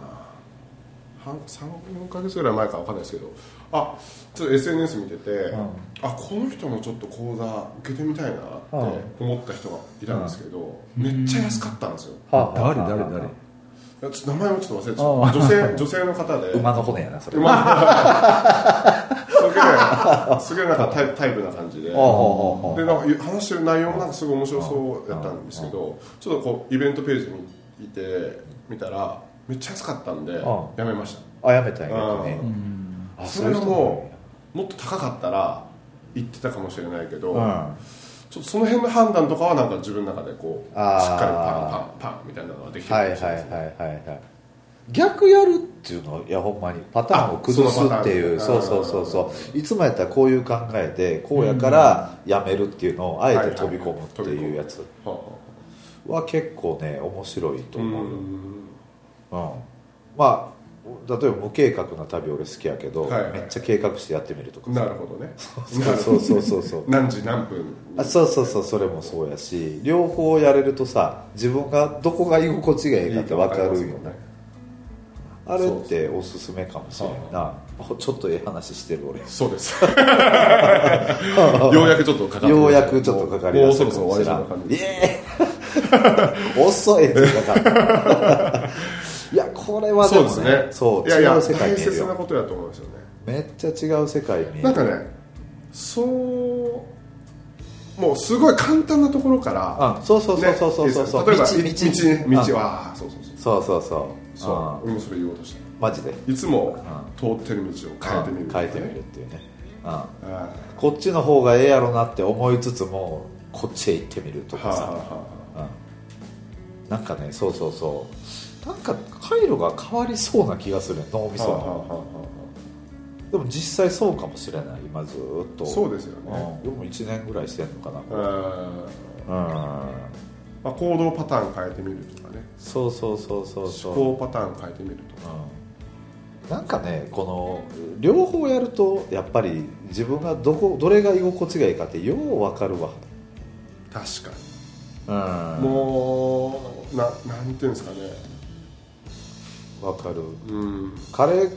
[SPEAKER 1] 半34か月ぐらい前かわかんないですけどあちょっと SNS 見てて、
[SPEAKER 2] ん
[SPEAKER 1] あこの人のちょっと講座受けてみたいなって思った人がいたんですけど、めっちゃ安かったんですよ
[SPEAKER 2] はあはあ
[SPEAKER 3] 誰誰
[SPEAKER 2] はあ
[SPEAKER 3] 誰
[SPEAKER 1] いやちょっと名前もちょっと忘れてた
[SPEAKER 3] ああ
[SPEAKER 1] 女性女性の方で
[SPEAKER 2] 馬の骨やなそれは
[SPEAKER 1] 馬すげえすげえなんかタイタイプな感じで
[SPEAKER 2] ああああああ
[SPEAKER 1] でなんか話してる内容もなんかすごい面白そうやったんですけどちょっとこうイベントページ見いて見たらめっちゃ安かったんで
[SPEAKER 2] あ
[SPEAKER 1] やめました
[SPEAKER 2] あやめたんや逆
[SPEAKER 1] う
[SPEAKER 2] にあ
[SPEAKER 1] それがもうもっと高かったら行ってたかもしれないけど
[SPEAKER 2] う人なんや
[SPEAKER 1] ちょっとその辺の判断とかはなんか自分の中でこうしっ
[SPEAKER 2] あー
[SPEAKER 1] かりパンパンパンみたいなのができ
[SPEAKER 2] う
[SPEAKER 1] て
[SPEAKER 2] んはいはいはいはいはい逆やるっていうのはいやほんまにパターンを崩すっていう
[SPEAKER 1] あ
[SPEAKER 2] そ
[SPEAKER 1] そうのパターン
[SPEAKER 2] そうそうそういつもやったらこういう考えでこうやからやめるっていうのをあえて飛び込むっていうやつ
[SPEAKER 1] はあは
[SPEAKER 2] は結構ね面白い
[SPEAKER 1] あ
[SPEAKER 2] と
[SPEAKER 1] う
[SPEAKER 2] 思うよ、
[SPEAKER 1] ん
[SPEAKER 2] うん、まあ例えば無計画な旅俺好きやけど、
[SPEAKER 1] はいはい
[SPEAKER 2] めっちゃ計画してやってみるとか
[SPEAKER 1] な
[SPEAKER 2] さ
[SPEAKER 1] るほどね
[SPEAKER 2] そうそうそうそうそう
[SPEAKER 1] 何時何分
[SPEAKER 2] あそうそうそうそれもそうやし両方やれるとさ自分がどこが居心地がいいかって分かるよねあれっておすすめかもしれんなあちょっとええ話してる俺
[SPEAKER 1] そうです ようやくちょっとかかってきました
[SPEAKER 2] ようやくちょっとかかり
[SPEAKER 1] も
[SPEAKER 2] だ
[SPEAKER 1] う
[SPEAKER 2] す
[SPEAKER 1] そろそろ終わりそうな感じ
[SPEAKER 2] イエーイ 遅いって言い方 いやこれはで
[SPEAKER 1] そう
[SPEAKER 2] もね
[SPEAKER 1] ですね
[SPEAKER 2] そう
[SPEAKER 1] いやい
[SPEAKER 2] 違
[SPEAKER 1] や
[SPEAKER 2] う世界
[SPEAKER 1] 大
[SPEAKER 2] 見える
[SPEAKER 1] 切な
[SPEAKER 2] よ
[SPEAKER 1] ことだと思うんですよね
[SPEAKER 2] めっちゃ違う世界見える
[SPEAKER 1] なんかねそうもうすごい簡単なところから
[SPEAKER 2] あそうそうそうそうそうそうそう、
[SPEAKER 1] ね例えば
[SPEAKER 2] 道
[SPEAKER 1] 道
[SPEAKER 2] 道
[SPEAKER 1] 道
[SPEAKER 2] うん
[SPEAKER 1] 道はそうそうそう
[SPEAKER 2] そうそうそう
[SPEAKER 1] そう
[SPEAKER 2] うん
[SPEAKER 1] 俺もそれ言おうとした
[SPEAKER 2] マジで
[SPEAKER 1] いつも通ってる道を変えてみ
[SPEAKER 2] う
[SPEAKER 1] る
[SPEAKER 2] ん変えてみるっていうねうん
[SPEAKER 1] あ
[SPEAKER 2] こっちの方がええやろなって思いつつもこっちへ行ってみる
[SPEAKER 1] あ
[SPEAKER 2] と
[SPEAKER 1] はあ
[SPEAKER 2] か
[SPEAKER 1] はあ
[SPEAKER 2] さ、
[SPEAKER 1] は
[SPEAKER 2] うん、なんかねそうそうそうなんか回路が変わりそうな気がするね脳み
[SPEAKER 1] あ
[SPEAKER 2] そ
[SPEAKER 1] はあは
[SPEAKER 2] の
[SPEAKER 1] あは
[SPEAKER 2] でも実際そうかもしれない今ずーっと
[SPEAKER 1] あそうですよね
[SPEAKER 2] うん、でも1年ぐらいしてんのかな
[SPEAKER 1] うん
[SPEAKER 2] うん
[SPEAKER 1] まあ行動パターン変えてみるとかね
[SPEAKER 2] そうそうそうそうそう
[SPEAKER 1] 思考パターン変えてみるとか
[SPEAKER 2] うんなんかねこの両方やるとやっぱり自分がどこどれが居心地がいいかってよう分かるわ
[SPEAKER 1] 確か
[SPEAKER 2] うん
[SPEAKER 1] にもうななんていうんですかね
[SPEAKER 2] 分かる
[SPEAKER 1] うん
[SPEAKER 2] カレー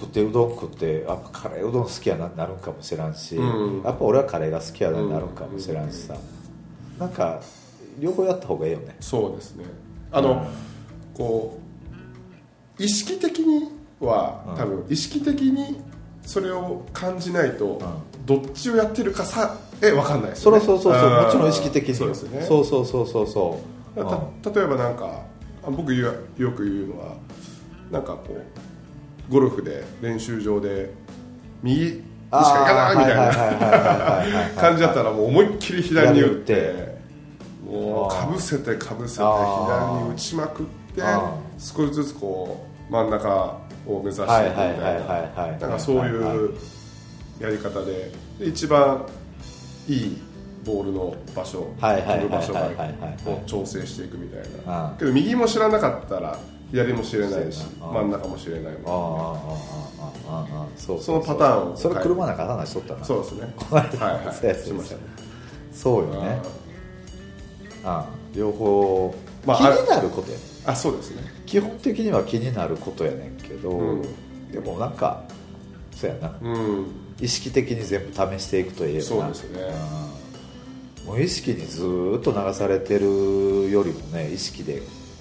[SPEAKER 2] 食ってうどん食ってあカレーうどん好きやななるんかもしらんし、
[SPEAKER 1] うん
[SPEAKER 2] やっぱ俺はカレーが好きやななるんかもしらんしさ、なんか両方やった方がいいよね
[SPEAKER 1] そうですねあの、こう意識的に
[SPEAKER 2] う
[SPEAKER 1] は
[SPEAKER 2] ん
[SPEAKER 1] 多分意識的にそれを感じないと、どっちをやってるかさえ分かんないです
[SPEAKER 2] そ
[SPEAKER 1] よ
[SPEAKER 2] ら
[SPEAKER 1] ね、
[SPEAKER 2] そうそうそうもちろん意識的に
[SPEAKER 1] そうですね
[SPEAKER 2] そうそうそうそうそう、うん
[SPEAKER 1] た例えばなんかあ僕言うよく言うのはなんかこうゴルフで練習場で右にしか行かないみたいな
[SPEAKER 2] な
[SPEAKER 1] 感じだったらもう思いっきり左に打って
[SPEAKER 2] 左に打っ
[SPEAKER 1] もうかぶせてかぶせて
[SPEAKER 2] あー
[SPEAKER 1] 左に打ちまくって
[SPEAKER 2] あ
[SPEAKER 1] 少しずつこう真ん中を目指していくみ
[SPEAKER 2] はい
[SPEAKER 1] たい
[SPEAKER 2] はいはい
[SPEAKER 1] な
[SPEAKER 2] はいはい
[SPEAKER 1] なんかそういうやり方でで一番いいボールの場所
[SPEAKER 2] はいはいはいはい
[SPEAKER 1] 飛ぶ場所
[SPEAKER 2] はいはいはいはい
[SPEAKER 1] を調整していくみたい
[SPEAKER 2] あ
[SPEAKER 1] なけど右も知らなかったら左も知れない
[SPEAKER 2] 知れ
[SPEAKER 1] し
[SPEAKER 2] ないあー
[SPEAKER 1] 真ん中も知れない
[SPEAKER 2] ああ
[SPEAKER 1] も
[SPEAKER 2] ああああああそう
[SPEAKER 1] そのパターンを
[SPEAKER 2] それ車なんか話しとったな
[SPEAKER 1] そうですね
[SPEAKER 2] はい
[SPEAKER 1] はいは い
[SPEAKER 2] そうやそう
[SPEAKER 1] し
[SPEAKER 2] や
[SPEAKER 1] ましたね
[SPEAKER 2] そうよねああ両方、
[SPEAKER 1] まあ
[SPEAKER 2] 気になることや
[SPEAKER 1] あそうですね
[SPEAKER 2] 基本的には気になることやねんけど、
[SPEAKER 1] うん
[SPEAKER 2] でもなんかそうやな
[SPEAKER 1] うん
[SPEAKER 2] 意識的に全部試していくといえばな
[SPEAKER 1] そうですね
[SPEAKER 2] うん無意識にずーっと流されてるよりもね意識で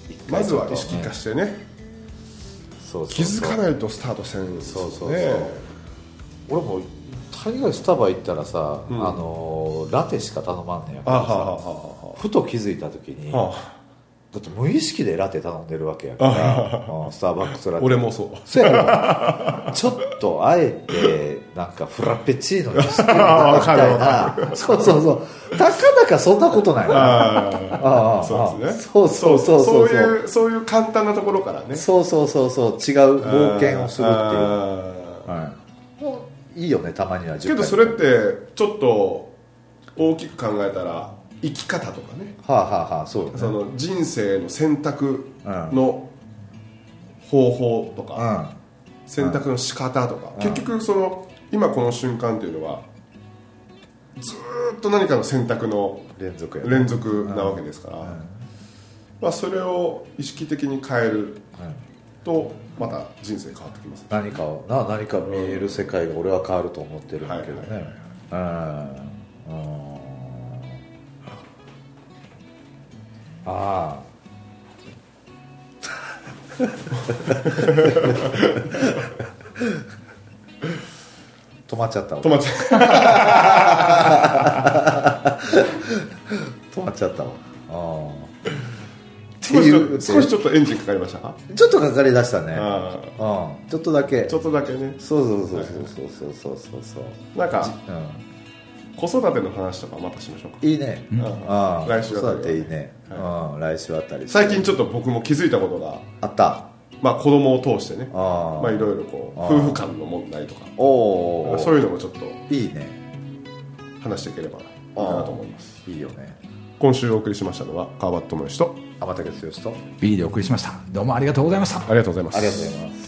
[SPEAKER 2] 一
[SPEAKER 1] ま
[SPEAKER 2] 回
[SPEAKER 1] ず
[SPEAKER 2] ちょっ
[SPEAKER 1] は
[SPEAKER 2] とね
[SPEAKER 1] 意識化してね
[SPEAKER 2] そうそうそう
[SPEAKER 1] 気づかないとスタートせんですよ
[SPEAKER 2] そうそうそう、
[SPEAKER 1] ね
[SPEAKER 2] 俺も大概スタバ行ったらさ、
[SPEAKER 1] うん
[SPEAKER 2] あのーラテしか頼まんねんやか
[SPEAKER 1] あ
[SPEAKER 2] ら
[SPEAKER 1] は
[SPEAKER 2] さ
[SPEAKER 1] はは
[SPEAKER 2] ふと気づいた時に、
[SPEAKER 1] ははは
[SPEAKER 2] だって無意識でラテ頼んでるわけやから、うんスターバックスラテ
[SPEAKER 1] 俺もそう
[SPEAKER 2] そうやろ ちょっとあえてなんかフラペチーノにしてるな
[SPEAKER 1] あ
[SPEAKER 2] み
[SPEAKER 1] ー
[SPEAKER 2] たいなそうそうそうたかだかそんなことないなあ
[SPEAKER 1] あ
[SPEAKER 2] あああ
[SPEAKER 1] あそうですね
[SPEAKER 2] そうそうそうそ
[SPEAKER 1] そう
[SPEAKER 2] そう
[SPEAKER 1] ういうそういう簡単なところからね
[SPEAKER 2] そうそうそうそう違う冒険をするっていう
[SPEAKER 1] あ
[SPEAKER 2] はいもういいよねたまには
[SPEAKER 1] ーけどそれってちょっと大きく考えたら生き方とかね
[SPEAKER 2] はあはあはあそうよね
[SPEAKER 1] その人生の選択
[SPEAKER 2] うん
[SPEAKER 1] の方法と
[SPEAKER 2] う
[SPEAKER 1] か
[SPEAKER 2] ん
[SPEAKER 1] 選択の仕方とか
[SPEAKER 2] うん
[SPEAKER 1] 結局その今この瞬間っていうのはずーっと何かの選択の
[SPEAKER 2] 連続やね
[SPEAKER 1] 連続なわけですから、まあ、それを意識的に変える
[SPEAKER 2] うん
[SPEAKER 1] とまた人生変わってきますね
[SPEAKER 2] 何かをな何か見える世界が俺は変わると思ってるんだけど
[SPEAKER 1] はい
[SPEAKER 2] ねうんうんああ止まっちゃったわ
[SPEAKER 1] 止まっちゃ
[SPEAKER 2] 止まっちゃったわああって
[SPEAKER 1] う
[SPEAKER 2] いう
[SPEAKER 1] 少し少しちょっとエンジンかかりましたか
[SPEAKER 2] ちょっとかかりだしたね
[SPEAKER 1] あ
[SPEAKER 2] うんちょっとだけ
[SPEAKER 1] ーちょっとだけね
[SPEAKER 2] そうそうそうそうそうそうそうそう
[SPEAKER 1] なんか
[SPEAKER 2] う
[SPEAKER 1] 子育ての話とかまたしましょうか
[SPEAKER 2] んいいね
[SPEAKER 1] あー
[SPEAKER 2] 来
[SPEAKER 1] 来
[SPEAKER 2] 週
[SPEAKER 1] 週
[SPEAKER 2] あ
[SPEAKER 1] あ
[SPEAKER 2] た
[SPEAKER 1] た
[SPEAKER 2] り
[SPEAKER 1] り
[SPEAKER 2] ていいね、うん、来週あたり
[SPEAKER 1] 最近ちょっと僕も気づいたことが、
[SPEAKER 2] あった
[SPEAKER 1] まあ、子供を通してね
[SPEAKER 2] あ、
[SPEAKER 1] まあ、いろいろこう
[SPEAKER 2] あー
[SPEAKER 1] 夫婦間の問題とか
[SPEAKER 2] おお
[SPEAKER 1] そう
[SPEAKER 2] い
[SPEAKER 1] いうのもちょっと
[SPEAKER 2] いいね
[SPEAKER 1] 話していければいいかなと思います
[SPEAKER 2] いいよね
[SPEAKER 1] 今週お送りしましたのは川端智之と
[SPEAKER 2] 天竹剛と
[SPEAKER 3] ビリでお送りしましたどうもありがとうございました
[SPEAKER 1] ありがとうございます
[SPEAKER 2] ありがとうございます